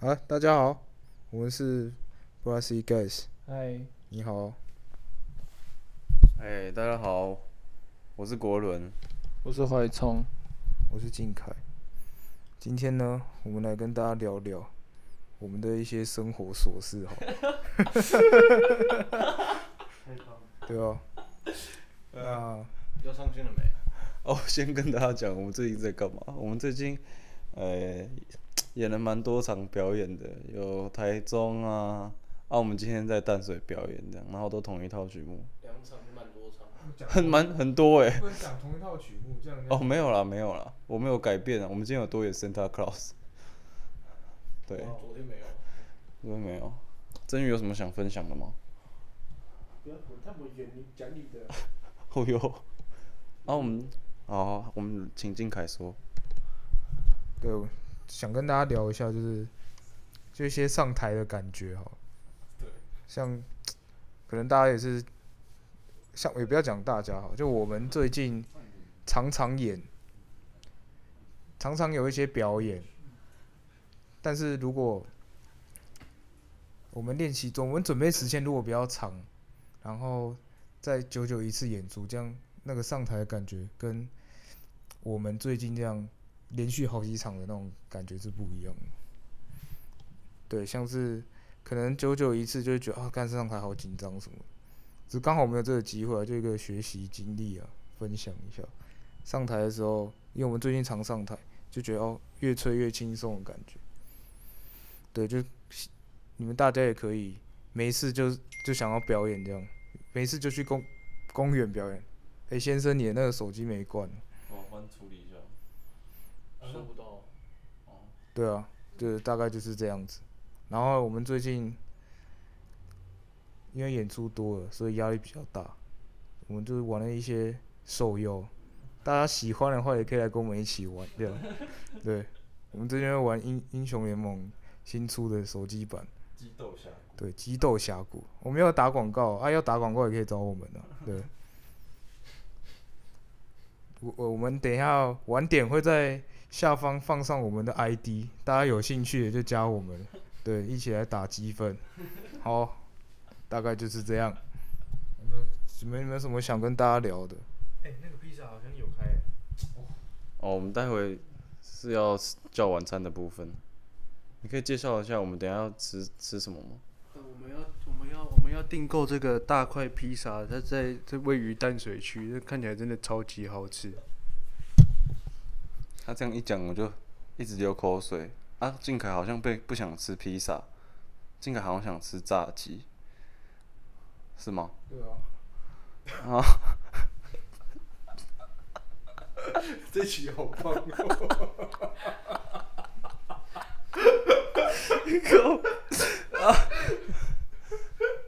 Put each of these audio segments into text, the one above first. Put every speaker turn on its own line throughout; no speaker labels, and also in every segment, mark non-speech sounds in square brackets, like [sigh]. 啊，大家好，我们是 Brassy Guys，
嗨，
你好，
哎，大家好，我是国伦。
我是怀聪。
我是靖凯。今天呢，我们来跟大家聊聊我们的一些生活琐事，好了。对啊。那
要上线了没？
哦，先跟大家讲，我们最近在干嘛？我们最近，呃，演了蛮多场表演的，有台中啊，啊，我们今天在淡水表演这样，然后都同一套曲目，
两场蛮多场。
很蛮很多哎、
不能讲同一套曲目，这样
哦，没有啦，没有啦，我没有改变啊，我们今天有多演 Santa Claus。对，
昨天没有。
因为没有。真宇有什么想分享的吗？ [laughs]
不要滚太远，你讲你的。
哦哟，啊，我们，好，我们请靖凯说。
对，我想跟大家聊一下，就是就一些上台的感觉哈。
对。
像可能大家也是，像也不要讲大家哈，就我们最近常常演，常常有一些表演，但是如果我们练习中，我们准备时间如果比较长，然后再久久一次演出，这样那个上台的感觉跟我们最近这样连续好几场的那种感觉是不一样的。对，像是可能久久一次就会觉得啊，干上台好紧张什么的，只刚好没有这个机会啊，就一个学习经历啊，分享一下。上台的时候，因为我们最近常上台，就觉得哦，越吹越轻松的感觉。对，就你们大家也可以没事就就想要表演这样，没事就去公公园表演。哎、先生，你的那个手机没关。
我帮哦处理一下。
啊收不到。
对啊，就是大概就是这样子。然后我们最近因为演出多了，所以压力比较大，我们就是玩了一些手游，大家喜欢的话也可以来跟我们一起玩，这样。对，我们最近会玩英英雄联盟新出的手机版，
激斗侠。
对，激斗峡谷。我们要打广告啊，要打广告也可以找我们啊，对。我我我们等一下晚点会在下方放上我们的 ID，大家有兴趣的就加我们，对，一起来打积分。好，大概就是这样。你们你们有什么想跟大家聊的？
哎、那个披萨好像有开、
哦，我们待会是要吃叫晚餐的部分，你可以介绍一下我们等一下要吃吃什么吗？
呃我们要我们要我们要订购这个大块披萨，它在这位于淡水区，那看起来真的超级好
[laughs]
吃。
他这样一讲，我就一直流口水啊！靖凯好像被不想吃披萨，靖凯好像想吃炸鸡，是吗？
对啊，
这期好棒哦！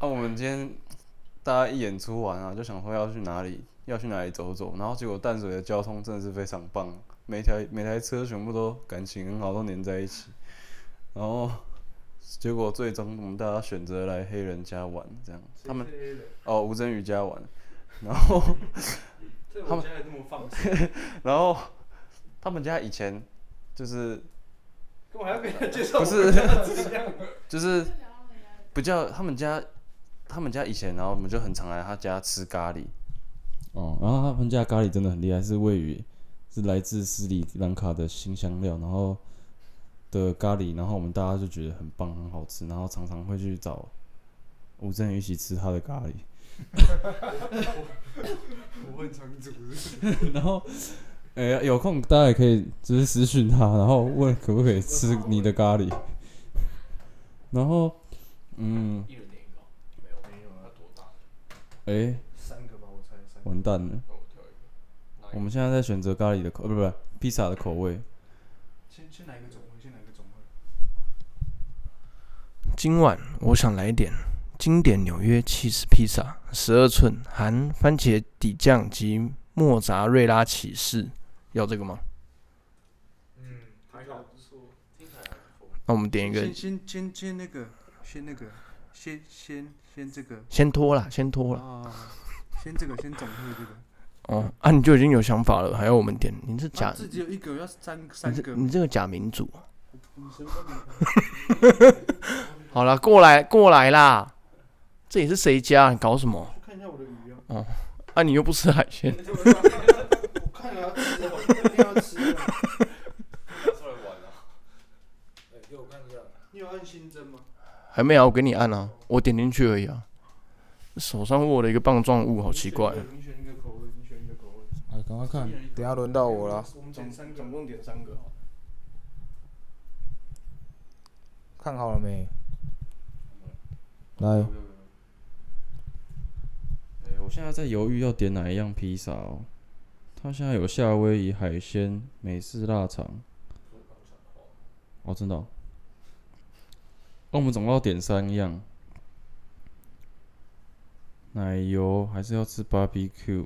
啊，我们今天大家一演出完啊，就想说要去哪里，要去哪里走走，然后结果淡水的交通真的是非常棒，每台每台车全部都感情很好，都粘在一起，然后结果最终我们大家选择来黑人家玩，这样他们哦吴镇宇家玩，然后 [laughs]
这
他
我
们
家也这么放肆，
然后他们家以前就是
干嘛还要跟他介绍？
不是
这样，
就是比较他们家，他们家以前，然后我们就很常来他家吃咖喱。哦，然后他们家咖喱真的很厉害，是位于是来自斯里兰卡的新香料，然后的咖喱，然后我们大家就觉得很棒，很好吃，然后常常会去找吴镇宇一起吃他的咖 [laughs] 喱。
我问城主是
[laughs] 然后，诶、有空大家也可以就是私讯他，然后问可不可以吃你的咖喱。然后，嗯，
一人点一个。没有没有啊，多大？
诶、
三个吧，我猜三
哎
个。
完蛋了。
那我挑一个。哪一
我
个
们现在在选择咖喱的口，呃不不，披萨的口味。
先先来一个总会，先来一个总会。今晚我想来点经典纽约 cheese 披萨，十二寸，含番茄底酱及莫扎瑞拉起司。要这个吗？
嗯，
还好不错，听起来还不错。
那我们点一个，
先先先先那个，先那个，先先先这个
先拖啦，先拖啦。
啊，先这个，先总会这个。
哦，啊，你就已经有想法了，还要我们点？你是
啊
假，
这只有一个，要三
你
三
这
个。
你这个假民主啊，好啦，过来过来啦，这里是谁家？你搞什么？
看一下我的鱼啊！
啊，你又不吃海鲜，
我看了要吃啊，我一定要吃啊！
出来玩啊！
哎，给我看一下。
你有按新增吗？
还没有啊，我给你按啊，我点进去而已啊。手上握了一个棒状物，好奇怪、啊。
你选一个口味，你选一个口味。
啊，赶快看，等下轮到我了。
我们点三个，总共点三个。
看好了没？来，
哎、我现在在犹豫要点哪一样披萨哦。它现在有夏威夷海鲜、美式腊肠。哦，真的、哦。那、我们总共要点三样。奶油还是要吃 BBQ？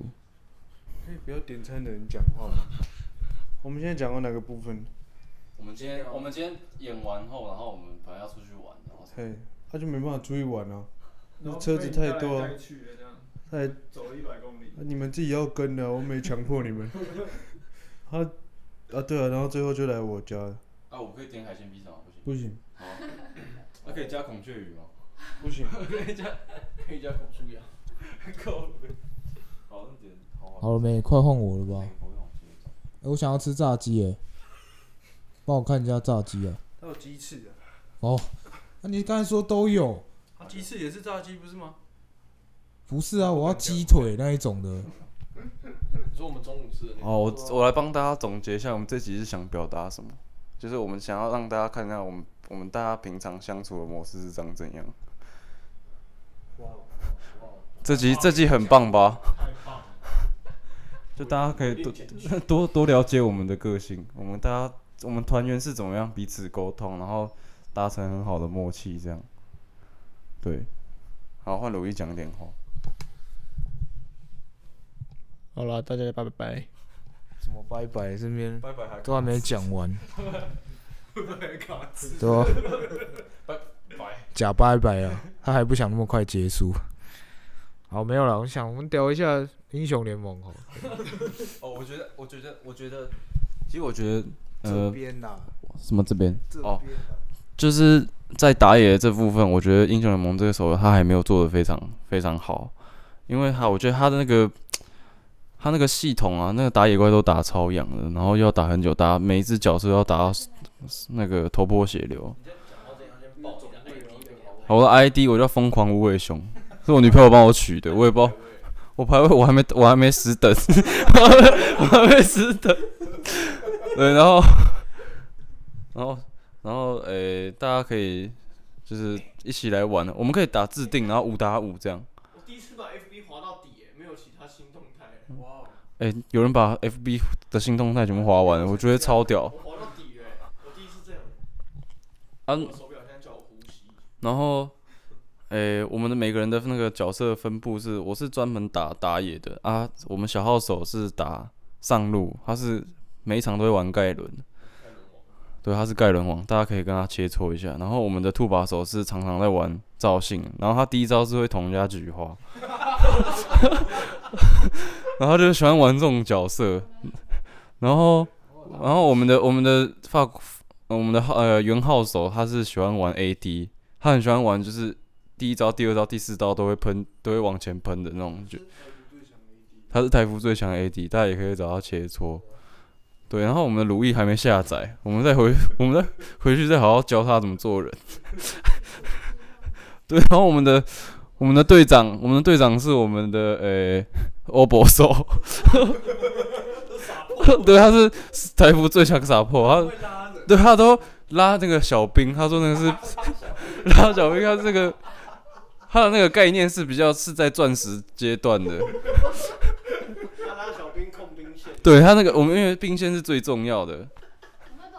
可以不要点餐的人讲话吗？我们现在讲到哪个部分？
我们今天我们今天演完后，然后啊我们本来要出去玩，然后
嘿，他就没办法出去玩啊。
然后
车子
被你
太多
带来带去的这样
他还
走了一百公里，
你们自己要跟的，我没强迫你
[laughs]
们。他啊，对啊，然后最后就来我家了，
啊，我们可以点海鲜披萨吗？不行。
不行
好啊，那、可以加孔雀鱼吗？
不行，
可以加可以加口猪呀，口好像点好玩。
好了哦没？快换我了吧？
不用直接找
哎，我想要吃炸鸡哎，帮我看一下炸鸡啊。
他有鸡翅啊，
哦，那、你刚才说都有？
他啊鸡翅也是炸鸡不是吗？
不是啊，我要鸡腿那一种的。
你说我们中午吃的那个
好，哦我我来帮大家总结一下，我们这集是想表达什么？就是我们想要让大家看一下我们我们大家平常相处的模式是长怎样。这集这集很棒吧？就大家可以多多 [laughs] 多了解我们的个性，我们大家我们团员是怎么样彼此沟通，然后达成很好的默契，这样。对，好，换鲁豫讲一点话。
好了，大家拜拜拜。
什么拜拜？这边
拜拜，还
都还没讲
[laughs]
完，
卡
对吧？
白
假拜拜啊，他还不想那么快结束。好，没有了。我想我们聊一下英雄联盟哦。
哦，我觉得，我觉得，我觉得，其实我觉得，
这
呃，
边呐，
什么这边
这
哦，
边啊
就是在打野这部分，我觉得英雄联盟这个手游他还没有做的非常非常好，因为他我觉得他的那个他那个系统啊，那个打野怪都打超痒的，然后又要打很久，打每一只角色都要打到那个头破血流。好我的 ID 我叫疯狂无尾熊，是我女朋友帮我取的，我也不知道。我排位我还没我还没死等，我还没我还没死等。对，然后然后然后诶、大家可以就是一起来玩，我们可以打自定，然后五打五这样。
我第一次把 FB 滑到底，没有其他新动态。哇哦！
诶、有人把 FB 的新动态全部划完了，我觉得超屌。
我滑到底哎，我第一次这样。
啊，
我手表现在叫我呼吸。
然后，诶、我们的每个人的那个角色分布是，我是专门打打野的啊，我们小号手是打上路，他是每一场都会玩盖伦，对，他是盖伦王，大家可以跟他切磋一下。然后我们的兔把手是常常在玩赵信，然后他第一招是会捅人家菊花， [laughs] 然后他就喜欢玩这种角色，然后。然后我们的我们的法我们的号呃原号手他是喜欢玩 AD，他很喜欢玩，就是第一招、第二招、第四招都会喷，都会往前喷的那种。就他是台服最强 AD，大家也可以找他切磋。对，然后我们的鲁毅还没下载，我们再回，我们再回去再好好教他怎么做人。 [laughs] 对，然后我们的我们的队长，我们的队长是我们的呃欧博手，对，他是台服最强傻破，他
会拉的，
对他都拉那个小兵，他说那个是拉小兵，他这个他的那个概念是比较是在钻石阶段的，
他拉小兵控兵线。
[laughs] 对他那个我们因为兵线是最重要的，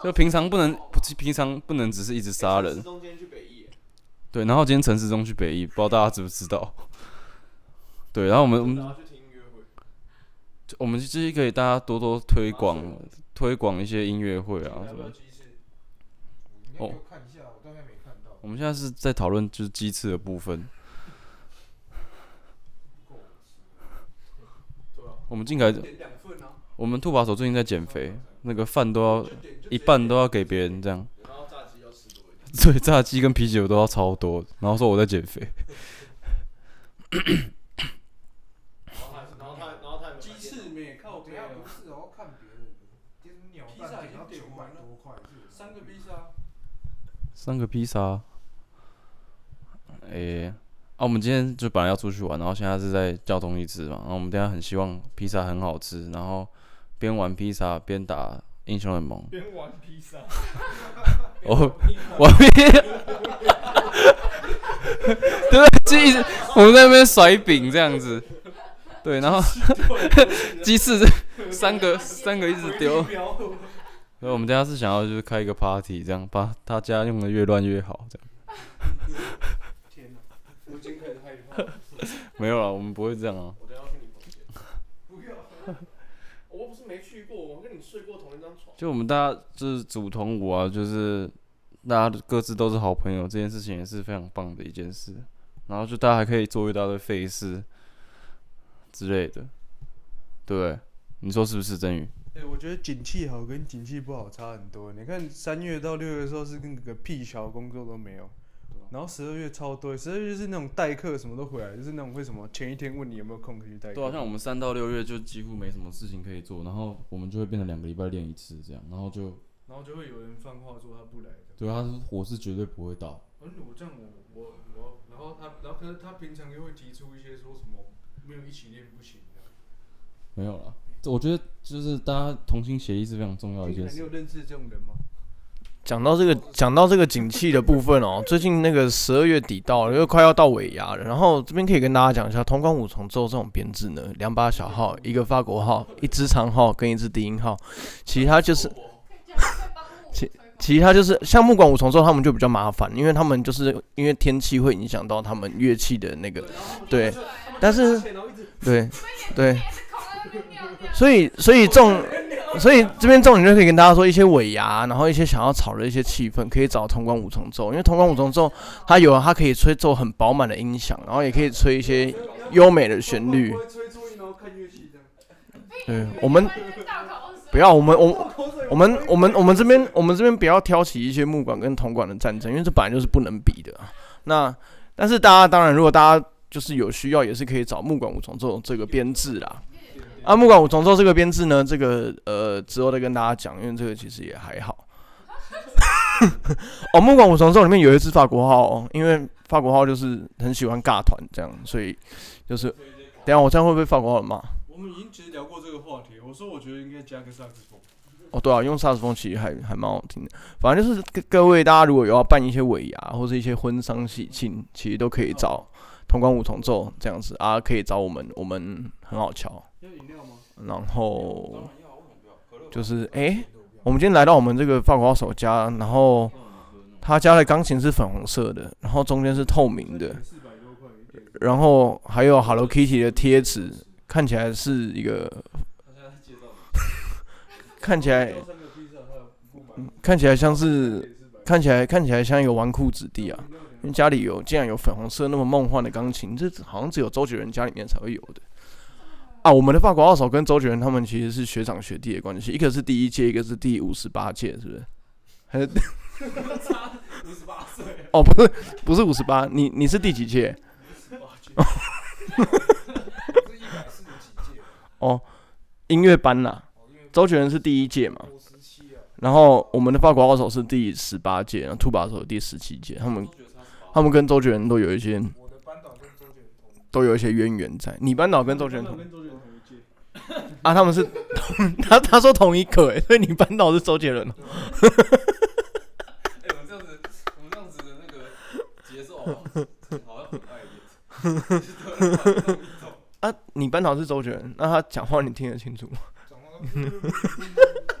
就平常不能不平常不能只是一直杀人，
欸中间去北翼，
对，然后今天陈时中去北艺，不知道大家知不知道， [laughs] 对，然后我们我们
然后去听音乐会。
我们其实可以大家多多推广推广一些音乐会啊什么的。
我
哦
看一下，我大概没看到。
我们现在是在讨论就是鸡翅的部分。我们进来，
点两份啊，
我们兔把手最近在减肥，那个饭都要一半都要给别人这样。
然后
所以炸鸡跟啤酒都要超多，然后说我在减肥。
然后他，然后他，然后他鸡翅
没靠
等
背
一下
啊，
不是，我要看别人的。就是鸟
披萨
蛋
已
要
经
九
点
百
完了
多块，是有
三个披萨，
三个披萨。诶、啊，我们今天就本来要出去玩，然后现在是在叫东西吃嘛。然后我们等一下很希望披萨很好吃，然后边玩披萨边打英雄联盟。
边玩披
[laughs]
萨，
哦，玩边， [laughs] 对不对？就一直我们在那边甩饼这样子，对，然后 [laughs] 鸡翅这三个三个一直丢。 [laughs] 所以我们家是想要就是开一个 party，这样把他家用的越乱越好，这样。
天哪，我已经开始害怕了。
没有啦，我们不会这样啊。
我等一下要去你房间。
不要，
我又不是没去过，我跟你睡过同一张床。
就我们大家就是组同舞啊，就是大家各自都是好朋友，这件事情也是非常棒的一件事。然后就大家还可以做一大堆废事之类的，对不对，你说是不是，真宇？
哎、我觉得景气好跟景气不好差很多。你看三月到六月的时候是跟个屁小工作都没有，然后十二月超多，十二月就是那种代课什么都回来，就是那种为什么前一天问你有没有空可以去代课。
对啊，像我们三到六月就几乎没什么事情可以做，然后我们就会变成两个礼拜练一次这样，然后就
然后就会有人放话说他不来的。
对他是我是绝对不会到，
嗯，我这样我我我，然后他然后可是他平常又会提出一些说什么没有一起练不行的。
没有了。这我觉得就是大家同心协力是非常重要的一件
你有
事。
认识这种人吗？
讲到这个，讲到这个景气的部分哦， [laughs] 最近那个十二月底到了，又快要到尾牙了。然后这边可以跟大家讲一下，同光五重奏这种编制呢，两把小号，一个法国号，一支长号跟一支低音号，其他就是其他就是像木管五重奏，他们就比较麻烦，因为他们就是因为天气会影响到他们乐器的那个，对，但是对对，所以所以重，所以这边重点就可以跟大家说一些尾牙，然后一些想要炒的一些气氛，可以找铜管五重奏，因为铜管五重奏它有它可以吹奏很饱满的音响，然后也可以吹一些优美的旋律
我。会吹出音，然后看乐器这样。
对，我们不要，我们我我们我们我们这边我们这边不要挑起一些木管跟铜管的战争，因为这本来就是不能比的啊。那但是大家当然，如果大家就是有需要，也是可以找木管五重奏这个编制啦。啊，木管五重奏这个编制呢，这个呃之后再跟大家讲，因为这个其实也还好。 [laughs] 哦，木管五重奏里面有一支法国号、哦，因为法国号就是很喜欢尬团这样，所以就是等一下我这样会不会法国号人骂？
我们已经其实聊过这个话题，我说我觉得应该加个萨克斯风。
哦，对啊，用萨克斯风其实还还蛮好听的。反正就是各各位大家如果有要办一些尾牙或是一些婚丧喜庆，其实都可以找同光五重奏这样子啊，可以找我们，我们很好瞧。
要饮料吗？
然后就是诶，我们今天来到我们这个法国号手家，然后他家的钢琴是粉红色的，然后中间是透明的，
四百多块一点。
然后还有 Hello Kitty 的贴纸，看起来是一个
他现在在介绍。
看起来嗯
三个披萨，他有不买。
看起来像是
四百。
看起来看起来像一个纨绔子弟啊，因为家里有竟然有粉红色那么梦幻的钢琴，这好像只有周杰伦家里面才会有的啊。我们的法国二手跟周杰伦他们其实是学长学弟的关系，一个是第一届，一个是第五十八届，是不是？还是
五十八岁，
哦，不是不是五十八，你你是第几届？ [laughs]
这一百四十几届，
哦，音乐班呐、周杰伦是第一届嘛，然后我们的法国二手是第十八届，然后兔把手第十七届，他们他们跟周杰伦都有一些
我的班导跟周杰伦同年，
都有一些渊源在。你班导跟周杰伦同
跟周杰伦同一届。
啊，他们是同 [laughs] 他他说同一个哎，所以你班导是周杰伦哦。
哎、我们这样子，我们这样子的那个节奏好像好像很爱一点。
啊，你班导是周杰伦，那他讲话你听得清楚吗？
讲话都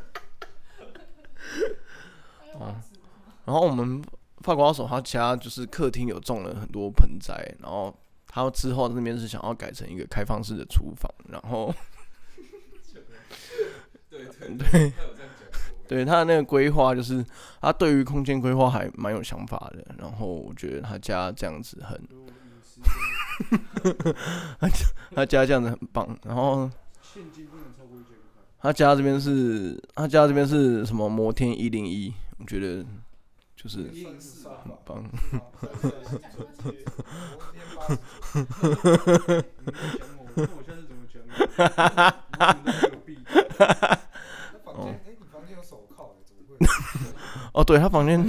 然后我们法国手他家就是客厅有种了很多盆栽，然后他之后那边是想要改成一个开放式的厨房，然后
[laughs] 对对
[laughs] 对
他有这样讲。
[laughs] 对他的那个规划就是他对于空间规划还蛮有想法的，然后我觉得他家这样子很， [laughs] 他家这样子很棒，然后。
现金不能超过一千块。
他家这边是，他家这边是什么摩天一零一？我觉得就是
算是吧
很棒。
我下次怎么讲啊？你怎么有弊？
哦
哎，你房间有手铐哎，怎么会？
哦，对他房间 [laughs]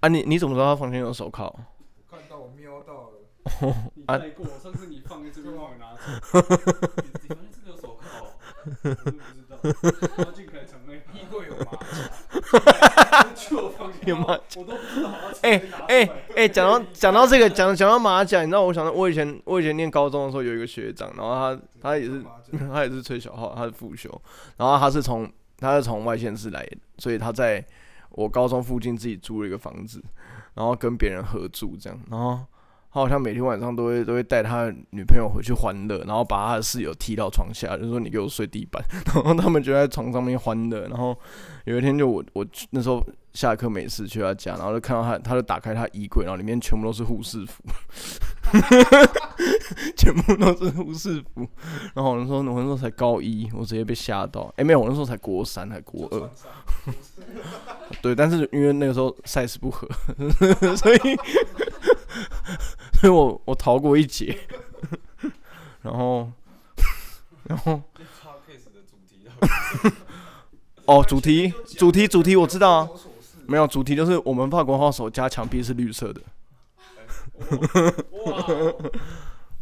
啊，你你怎么知道他房间有手铐？
我看到我瞄到了，
你带过，上次你放在这边忘了拿走，
你发现这个有手铐哦？
我都不知道。然后进来藏在衣柜有吗？
去我房间，
有吗？
我都不知道要去
[laughs] 哎
哪里
哎哎，讲到讲到这个，讲讲到马甲，你知道我想到我以前我以前念高中的时候有一个学长，然后他他也是他也是吹小号，他是复修，然后他是从他是从外县市来的，所以他在我高中附近自己租了一个房子，然后跟别人合住这样，然后他好像每天晚上都会都会带他的女朋友回去欢乐，然后把他的室友踢到床下，就说你给我睡地板， [laughs] 然后他们就在床上面欢乐，然后有一天就我我去那时候下课没事去他家，然后就看到他，他就打开他衣柜，然后里面全部都是护士服，全部都是护士服。然后我那时候我那时候才高一，我直接被吓到。哎、没有，我那时候才国三还国二。对，但是因为那个时候 size 不合， [laughs] 所以所以我我逃过一劫。然后然后
这 podcast 的主题啊，
哦，主题主题主题我知道啊。
我所事。
没有，主题就是我们法国号手家墙壁是绿色的，
哇，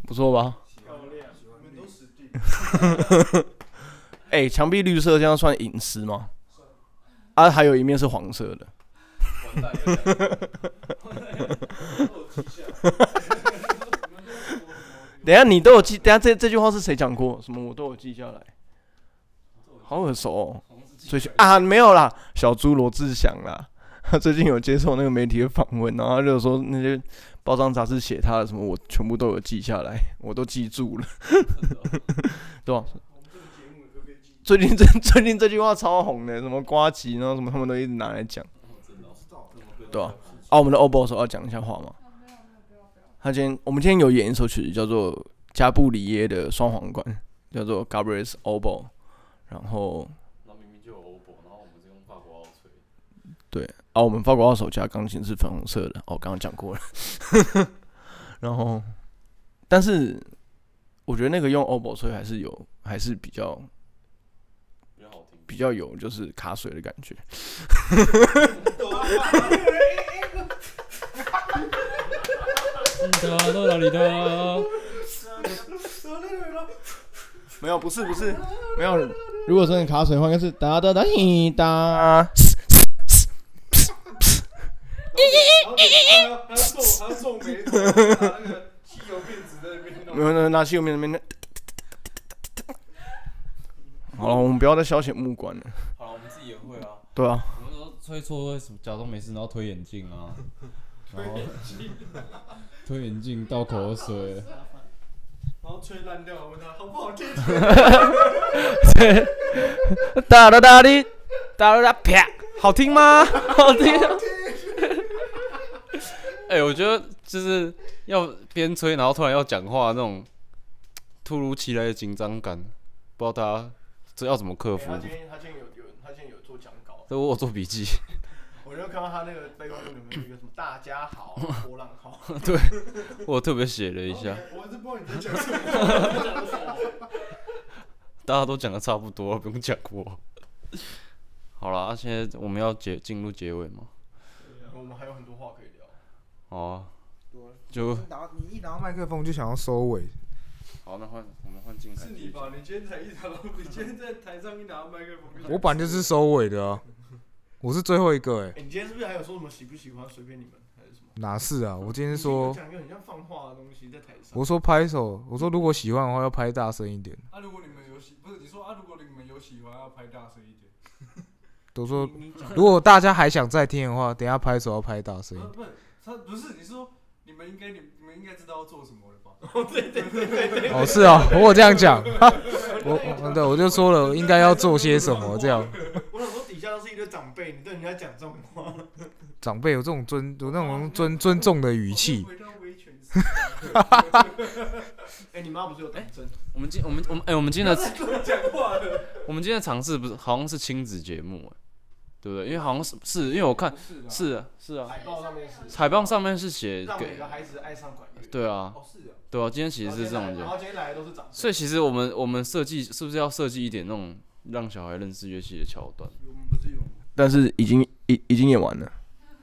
不
[laughs]
错吧？
漂亮！
你们都实地，
哎、墙壁绿色这样算隐私吗？啊，还有一面是黄色的。
完蛋，又讲
[laughs] 等一下你都有记，等一下这这句话是谁讲过？什么我都有记下来，好耳熟哦。最近啊，没有啦，小猪罗志祥啦，他最近有接受那个媒体的访问，然后他就说那些报章杂志写他的什么，我全部都有记下来，我都记住了，对吧？最近这 [laughs] 最近这句话超红的，什么瓜吉，然后什么他们都一直拿来讲。对啊，啊，我们的 o b o s 要讲一下话吗？他今天我们今天有演一首曲子叫做加布里耶的双簧管，叫做 Gabriel's o b o 然后
然后明明就有欧博，然后我们是用法国奥吹，
啊，我们法国二手加钢琴是粉红色的，哦，刚刚讲过了。 [laughs] 然后，但是我觉得那个用 o b o 吹还是有，还是比较
比较好听。
比较有就是卡水的感觉。
哒到哪里哒？
没有，不是不是，没有。如果真的卡水的话，应该是哒哒哒嘿哒。嘶嘶嘶
还要皱，还要皱眉头，把那个汽油变质在那边弄
没。有，那拿起右边
[laughs]
那边好了，我们不要再消遣木管了。
好了，我们自己也会啊。
对啊，
我们都吹错会什么假装没事，然后推眼镜
[laughs]
啊，然后推眼镜倒口水，
然后吹烂掉，问他好不好听？
哒哒哒的，哒哒哒啪，好听吗？好听。
哎、我觉得就是要 [laughs] 边吹，然后突然要讲话那种突如其来的紧张感，不知道大家这要怎么克服
哎他。今天他今天有有他今天有做讲稿，
这我有做笔记，
[laughs] 我就看到他那个背后有没有一个什么大家好啊
[laughs]
波浪号，
我特别写了一下，
我是不知道你在讲什么，讲的什么。
大家都讲的差不多，不用讲我。好了，啊现在我们要结进入结尾嘛？
我们还有很多话可以聊。
好啊，就
拿你一拿麦克风就想要收尾，
好，那换我们换静凯
是你吧？你今天才一拿到，你今天在台上一拿到麦克 [laughs] 风就
我本来就是收尾的啊，我是最后一个哎、
哎，你今天是不是还有说什么喜不喜欢随便你们还是什么？
哪是啊？我今天
你
说，
讲一个很像放话的东西在台上。
我说拍手，我说如果喜欢的话要拍大声一点，
啊，如果你们有喜，不是你说啊，如果你们有喜欢，要拍大声一点。
都说
你你讲
如果大家还想再听的话，等一下拍手要拍大声一
不是
点。
不是，他不是，你是说你们应该你你们应该知道要做什么了吧？
哦，是哦，我有这样讲， [laughs] 哈我我对我就说了应该要做些什么这样。
我想说底下都是一堆长辈，你对人家讲这种话，
长辈有这种尊有哦那种尊尊重的语气，
回到威权时代，
哎，你妈不是有党争？
我们今我们我们哎、我们今天的
讲话的，
我们今天的尝试不是好像是亲子节目哎、对不对？因为好像是是因为我
哦
看是啊是啊，
海报上面是
海报上面是写
让每
给
个孩子爱上管乐。
对啊
哦，是的。
对啊，今天其实是这种
然
的，
后今天来的都是长辈，
所以其实我们我们设计是不是要设计一点那种让小孩认识乐器的桥段？
我们不是有
但是已经已已经演完了，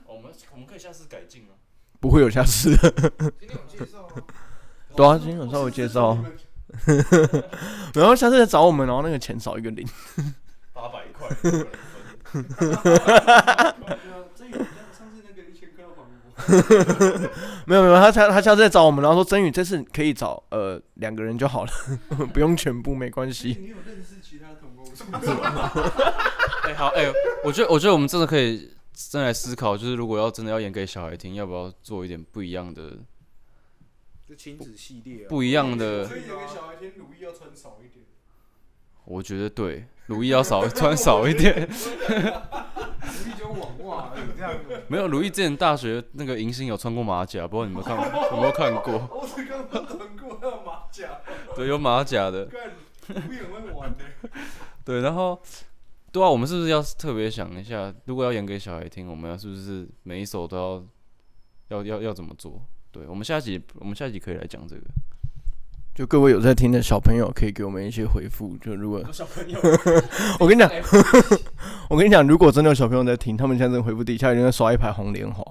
哦
我们我们可以下次改进啊。
不会有下次的。
今天有介绍吗？
[laughs] 对啊，今天有稍微介 [laughs] 绍，然后下次再找我们，然后那个钱少一个零。
八百块，
对啊，这有像上次那个一千块要还我。
没有没有，他他他下次再找我们，然后说真宇这次可以找呃两个人就好了， [laughs] 不用全部，没关系。
你有认识其他同工？
哎、好，哎、我觉得，我觉得我们真的可以真的来思考，就是如果要真的要演给小孩听，要不要做一点不一样的、
就亲子系列啊，
不一样的？
所以有个小孩今天鲁艺要穿少一点。
我觉得对，如意要少 [laughs] 穿少一点。 [laughs]
鲁艺就网袜，有这样的。
没有，如意之前大学那个迎新有穿过马甲，不知道你们看过有没有看过？ [laughs]
我只刚刚穿过那马
[laughs]
甲，
对，有马甲的。
干，鲁艺很会玩的。
对，然后，对啊，我们是不是要特别想一下，如果要演给小孩听，我们要是不是每一首都要要要要怎么做？对，我们下集我们下集可以来讲这个。
就各位有在听的小朋友，可以给我们一些回复。就如果小朋友， [laughs] 我 [laughs] 跟你讲，我跟你讲，如果真的有小朋友在听，他们现在正回复底下有人在刷一排红莲花。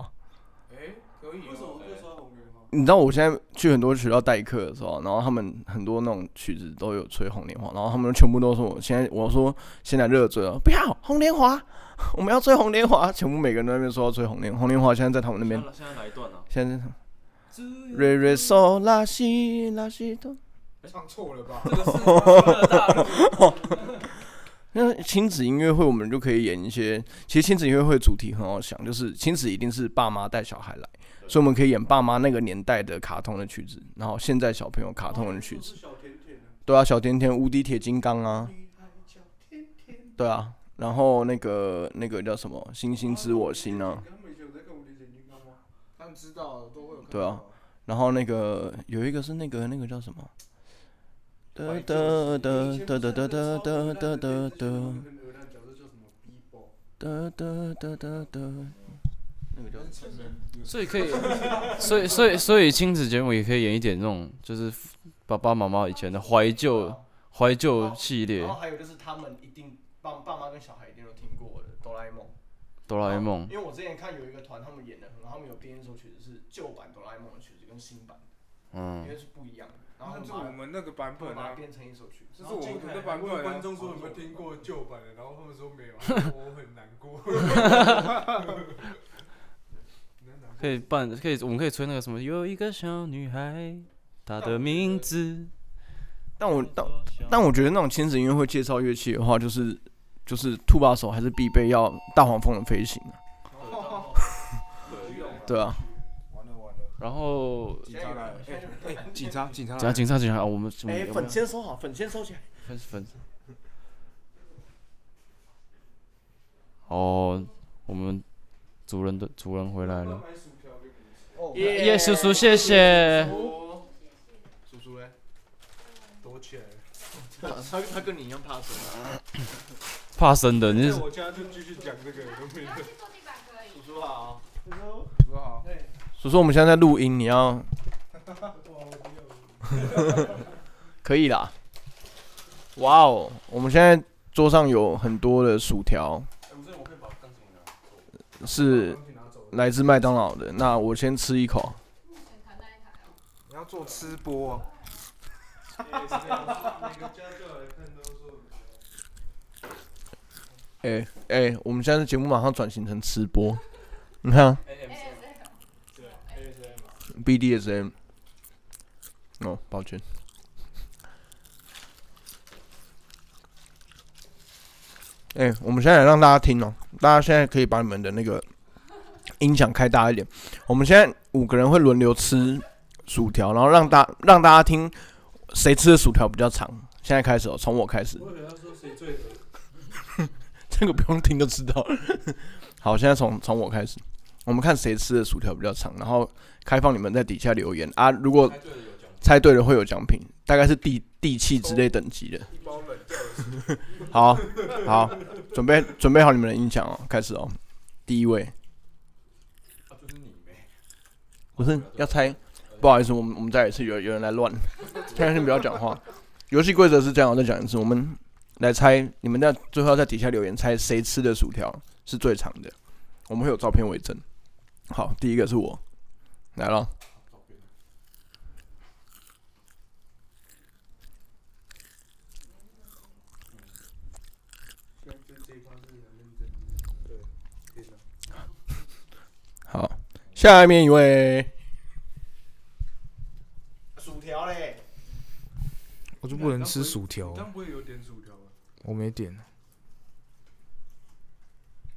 哎，可以。为什
哦
么就穿红莲花？
你知道我现在去很多学校代课的时候，然后他们很多那种曲子都有吹红莲花，然后他们全部都说我现在我说现在热追啊，不要红莲花，我们要吹红莲花，全部每个人都在那边说要吹红莲红莲花，现在在他们那边，
现在来一段啊。
现在在瑞瑞嗦拉西拉西哆，
唱错了吧？
[laughs] 那亲子音乐会我们就可以演一些，其实亲子音乐会主题很好想，就是亲子一定是爸妈带小孩来，所以我们可以演爸妈那个年代的卡通的曲子，然后现在小朋友卡通的曲子，
小甜甜啊，
对啊，小甜甜、无敌铁金刚啊，
女孩叫甜甜。
对啊，然后那个那个叫什么《星星知我心》啊，
他们以前有在看我们眼睛看吗？
他们知道
哦
了都会有看到。
对啊然后那个有一个是那个那个叫什么？得得得得得得得得得得得
跟鹅蛋角色叫什么 b b
得得得得得，那个叫
所以可以，所以所以所以亲子节目也可以演一点那种，就是爸爸妈妈以前的怀旧
哦
怀旧系列
然，后还有就是他们一定爸爸妈跟小孩一定都听过的哆啦 A 梦，
哆啦 A
嗯
梦，
因为我之前看有一个团他们演的很好，他们有编一首曲子是旧版哆啦 A 梦的曲子跟新版，因
嗯，
为是不一样的，然
哦
那
后他们
是
把
我们那个版
他们
本
把它
啊，
编成一首曲子，
这是我们的版本啊。
问观众说有没有听过旧版的，然后他们说
[laughs]
没有，我很难过。
可以办，可以我们可以吹那个什么，有一个小女孩，她的名字，
但我但但我觉得那种亲子音乐会介绍乐器的话，就是就是兔把手还是必备要大黄蜂的飞行啊，对啊，
完了完了，
然后
警察来了，哎哎，警察警察来
警察
了，
警察警察，啊我们我们我们
先收好，粉先收起来。
粉粉，哦，我们主人的主人回来了，
哦哎
耶耶叔叔谢谢，
叔叔嘞，
躲起来了，
他他他跟你一样怕死。
怕生的
哎
你是。
我现在就继续讲这个，都没
要去做地板可以。
叔好，
说好，
所以说我们现在在录音，
[laughs]
你要可以啦。哇哦，我们现在桌上有很多的薯条，
哎
是来自麦当劳的。那我先吃一口，
你要做吃播啊，
哎、哎、我们现在的节目马上转型成吃播，你看啊 BDSM，哦，抱歉。哎、我们现在来让大家听哦，大家现在可以把你们的那个音响开大一点。我们现在五个人会轮流吃薯条，然后让大让大家听谁吃的薯条比较长。现在开始哦，从我开始。 [laughs]
我以为他说谁最恶，
这个不用听就知道 [laughs] 了。好，现在从从我开始，我们看谁吃的薯条比较长，然后开放你们在底下留言啊。如果猜对了会有奖品，大概是地地气之类等级的。好好，准备准备好你们的音响哦，开始哦。第一位，不是要猜，不好意思，我们我们再来一次，有有人来乱， [laughs] 先先不要讲话。游戏规则是这样，我再讲一次，我们来猜，你们在最后要在底下留言猜谁吃的薯条是最长的，我们会有照片为证。好，第一个是我，来了，好，下面一位，
薯条嘞，
我就不能吃薯条
你，当不会有点薯条吧？
我没点。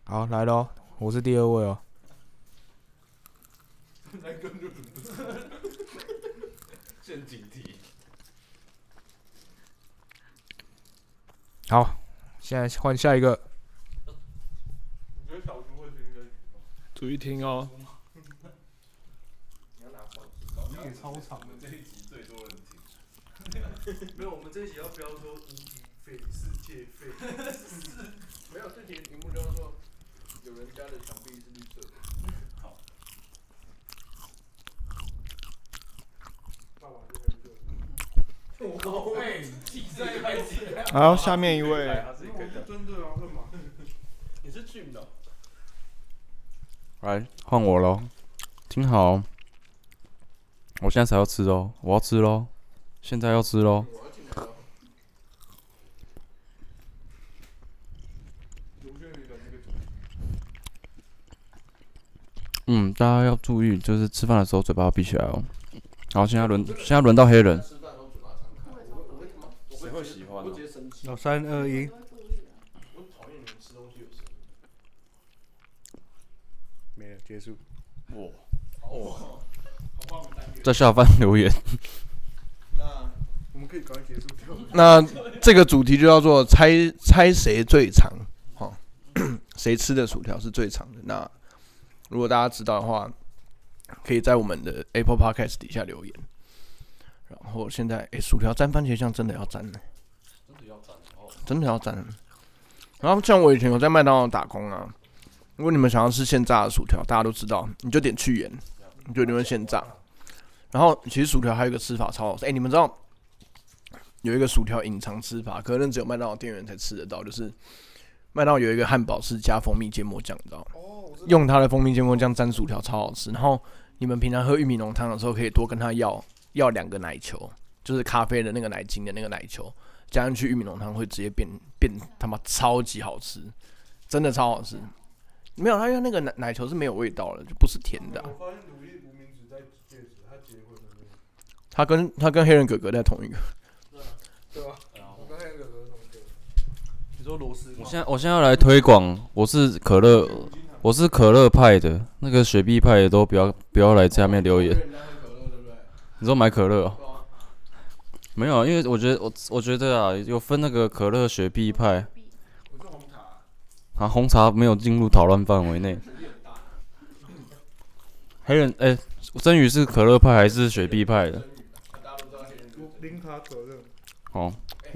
好，来喽，我是第二位哦。 [laughs]
陷阱题，
好，现在换下一个。
注意听哦。
没有，我们这一集要不要说无敌匪世界匪？
[laughs] 没有这题的题目叫做有人家的墙壁是绿色的。
好，下面一位，
你是 Jim 的哦，
来换我喽，听好哦，我现在才要吃哦，我要吃喽，现在要吃喽。嗯，大家要注意，就是吃饭的时候嘴巴要闭起来哦。好，现在轮现在轮到黑人，
谁会喜欢、
老三二一，
我讨厌你们吃东西有声音。
没了，结束。
在下方留言。
那
我们可以赶快结束掉。
那这个主题就叫做猜猜谁最长，好、 [coughs] 谁吃的薯条是最长的。那如果大家知道的话，可以在我们的 Apple Podcast 底下留言。然后现在，诶，薯条沾番茄酱真的要沾呢、哦真的要沾，真的要沾。然后像我以前有在麦当劳打工啊，如果你们想要吃现炸的薯条，大家都知道，你就点去盐，你就里面现炸。然后其实薯条还有一个吃法超好吃，诶，你们知道有一个薯条隐藏吃法，可能只有麦当劳店员才吃得到，就是麦当劳有一个汉堡是加蜂蜜芥末酱，你知道吗？
哦
用它的蜂蜜芥末酱沾薯条超好吃。然后你们平常喝玉米浓汤的时候，可以多跟他要要两个奶球，就是咖啡的那个奶精的那个奶球，加进去玉米浓汤会直接变变他妈超级好吃，真的超好吃。没有，它因为那个奶奶球是没有味道的，就不是甜的啊、
我发现努力无名指在戒指，他结婚了没有？
他跟他跟黑人哥哥在同一个。
你说螺丝
我
帽？
现在我现在要来推广，我是可乐，我是可乐派的，那个雪碧派的都不要不要来下面留言。你说买可乐、哦？没有啊，因为我觉得我我觉得啊，有分那个可乐、雪碧派。啊，红茶没有进入讨论范围内。黑人，哎、真宇是可乐派还是雪碧派的？
零卡可乐。
哦，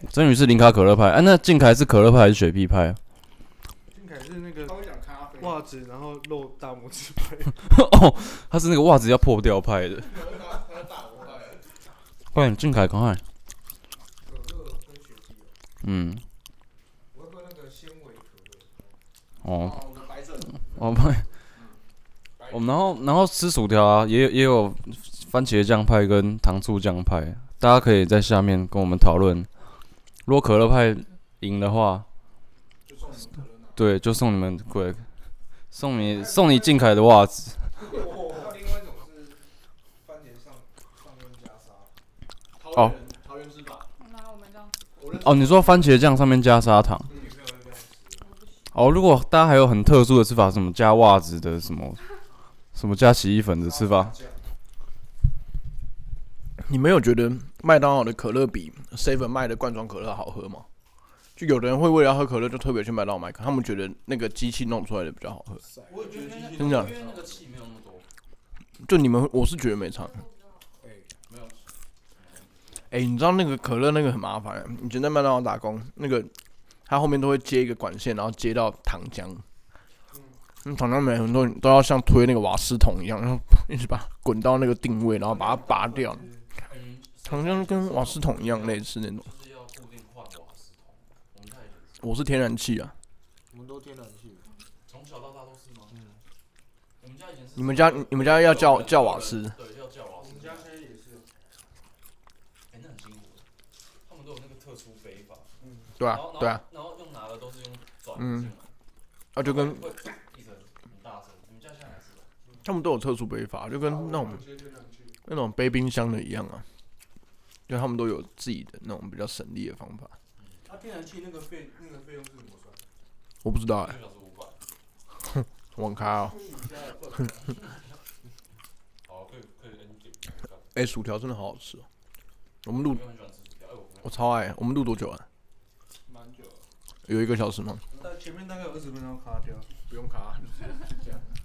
真宇是零卡可乐派。哎、那静凯是可乐派还是雪碧派啊？
金凯是那个
刚讲咖啡，
袜子，然后露大拇指牌。
[laughs] 哦，他是那个袜子要破掉派的。快点，俊凯，赶快。嗯。哦
哦，我的白色的，
哦不，我们然后然后吃薯条啊，也有也有番茄酱派跟糖醋酱派，大家可以在下面跟我们讨论。如果可乐派赢的话，对，就送你们鬼，送你送你静凯的袜子。
桃园人，桃园吃法，
那我们这样
哦，你说番茄酱上面加砂糖？哦，如果大家还有很特殊的吃法，什么加袜子的，什么什么加洗衣粉的吃法，
你们有觉得麦当劳的可乐比 Seven 卖的罐装可乐好喝吗？就有的人会为了要喝可乐，就特别去麦当劳买可乐，他们觉得那个机器弄出来的比较好喝。
我也觉得
真的假的？就你们，我是觉得没差。哎、你知道那个可乐那个很麻烦、以前在麦当劳打工，那个他
它后面都会接一个管线，然后接到糖浆。
嗯
那糖浆没很多人都要像推那个瓦斯桶一样，然后一直把它滚到那个定位，然后把它拔掉。
嗯
糖浆跟瓦斯桶一样类似那种。我是天然气啊，
我们都天然气，
从小到大都是吗？嗯。我们家以前是
你们家你们家要叫叫瓦斯，
对要叫我们家现在也是。哎、那很辛苦，他们都有那个特殊背法，
对啊
然后
对啊，，
然后然后用拿的都是用转
嗯
进来，
啊就跟
会一直很大声。你们家现在还是吧？
他们都有特殊背法，就跟那种
嗯
那种背冰箱的一样啊，就他们都有自己的那种比较省力的方法。
它天然气那个费那个费用是怎么算？
我不知道
一
哎、
个小时五百，
网咖哦，
好，可以可以 N 点，
哎、薯条真的好好吃哦、我们录
我很喜欢吃薯条，哎，我
我超爱，我们录多久啊？
蛮久了，
有一个小时吗？
但前面大概有二十分钟啊卡掉。
不用卡、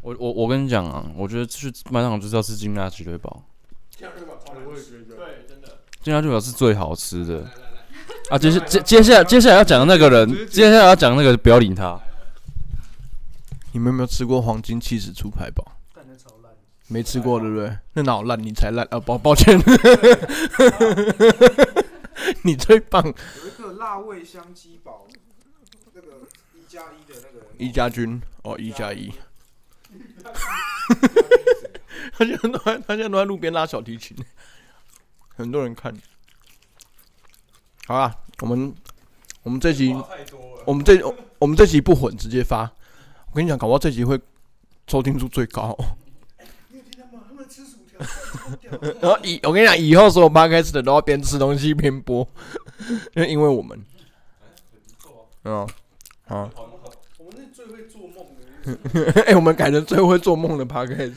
我我我跟你讲啊，我觉得去麦当劳就是要吃金辣鸡腿堡，
我也觉得。
对，真的。
金辣鸡腿堡是最好吃的。啊，接下接接下来接下来要讲的那个人，接下来要讲那个不要理他。
你们有没有吃过黄金七十猪排堡？没吃过对不对？那哪有烂？你才烂啊！抱抱歉，你最棒，
有一个辣味香鸡堡，那个一加一的那个
一家军哦，一加一。 [laughs] 他现在都在，他现在都在路边拉小提琴，很多人看。好啦，我们我们这集
太多了。
我们这我们这集不混，直接发。我跟你讲，搞不好这集会收听数最高。 [laughs]
你有听到吗？他们吃薯条，超屌的
然后以我跟你讲，以后所有 podcast 的都要边吃东西边播， [laughs] 就因为我们，嗯，好，
我们是最会做梦的人。
哎，我们改成最会做梦的 podcast，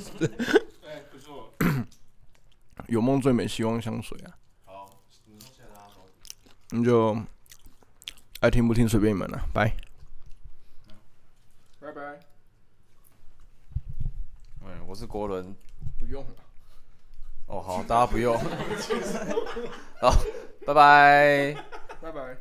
哎，不错，
有梦最美，希望香水啊，
好，你说现在大家说，
那就爱听不听随便你们了、拜。
拜拜。
嗯，我是国伦。
不用了，
哦，好，大家不用。好，拜拜。
拜拜。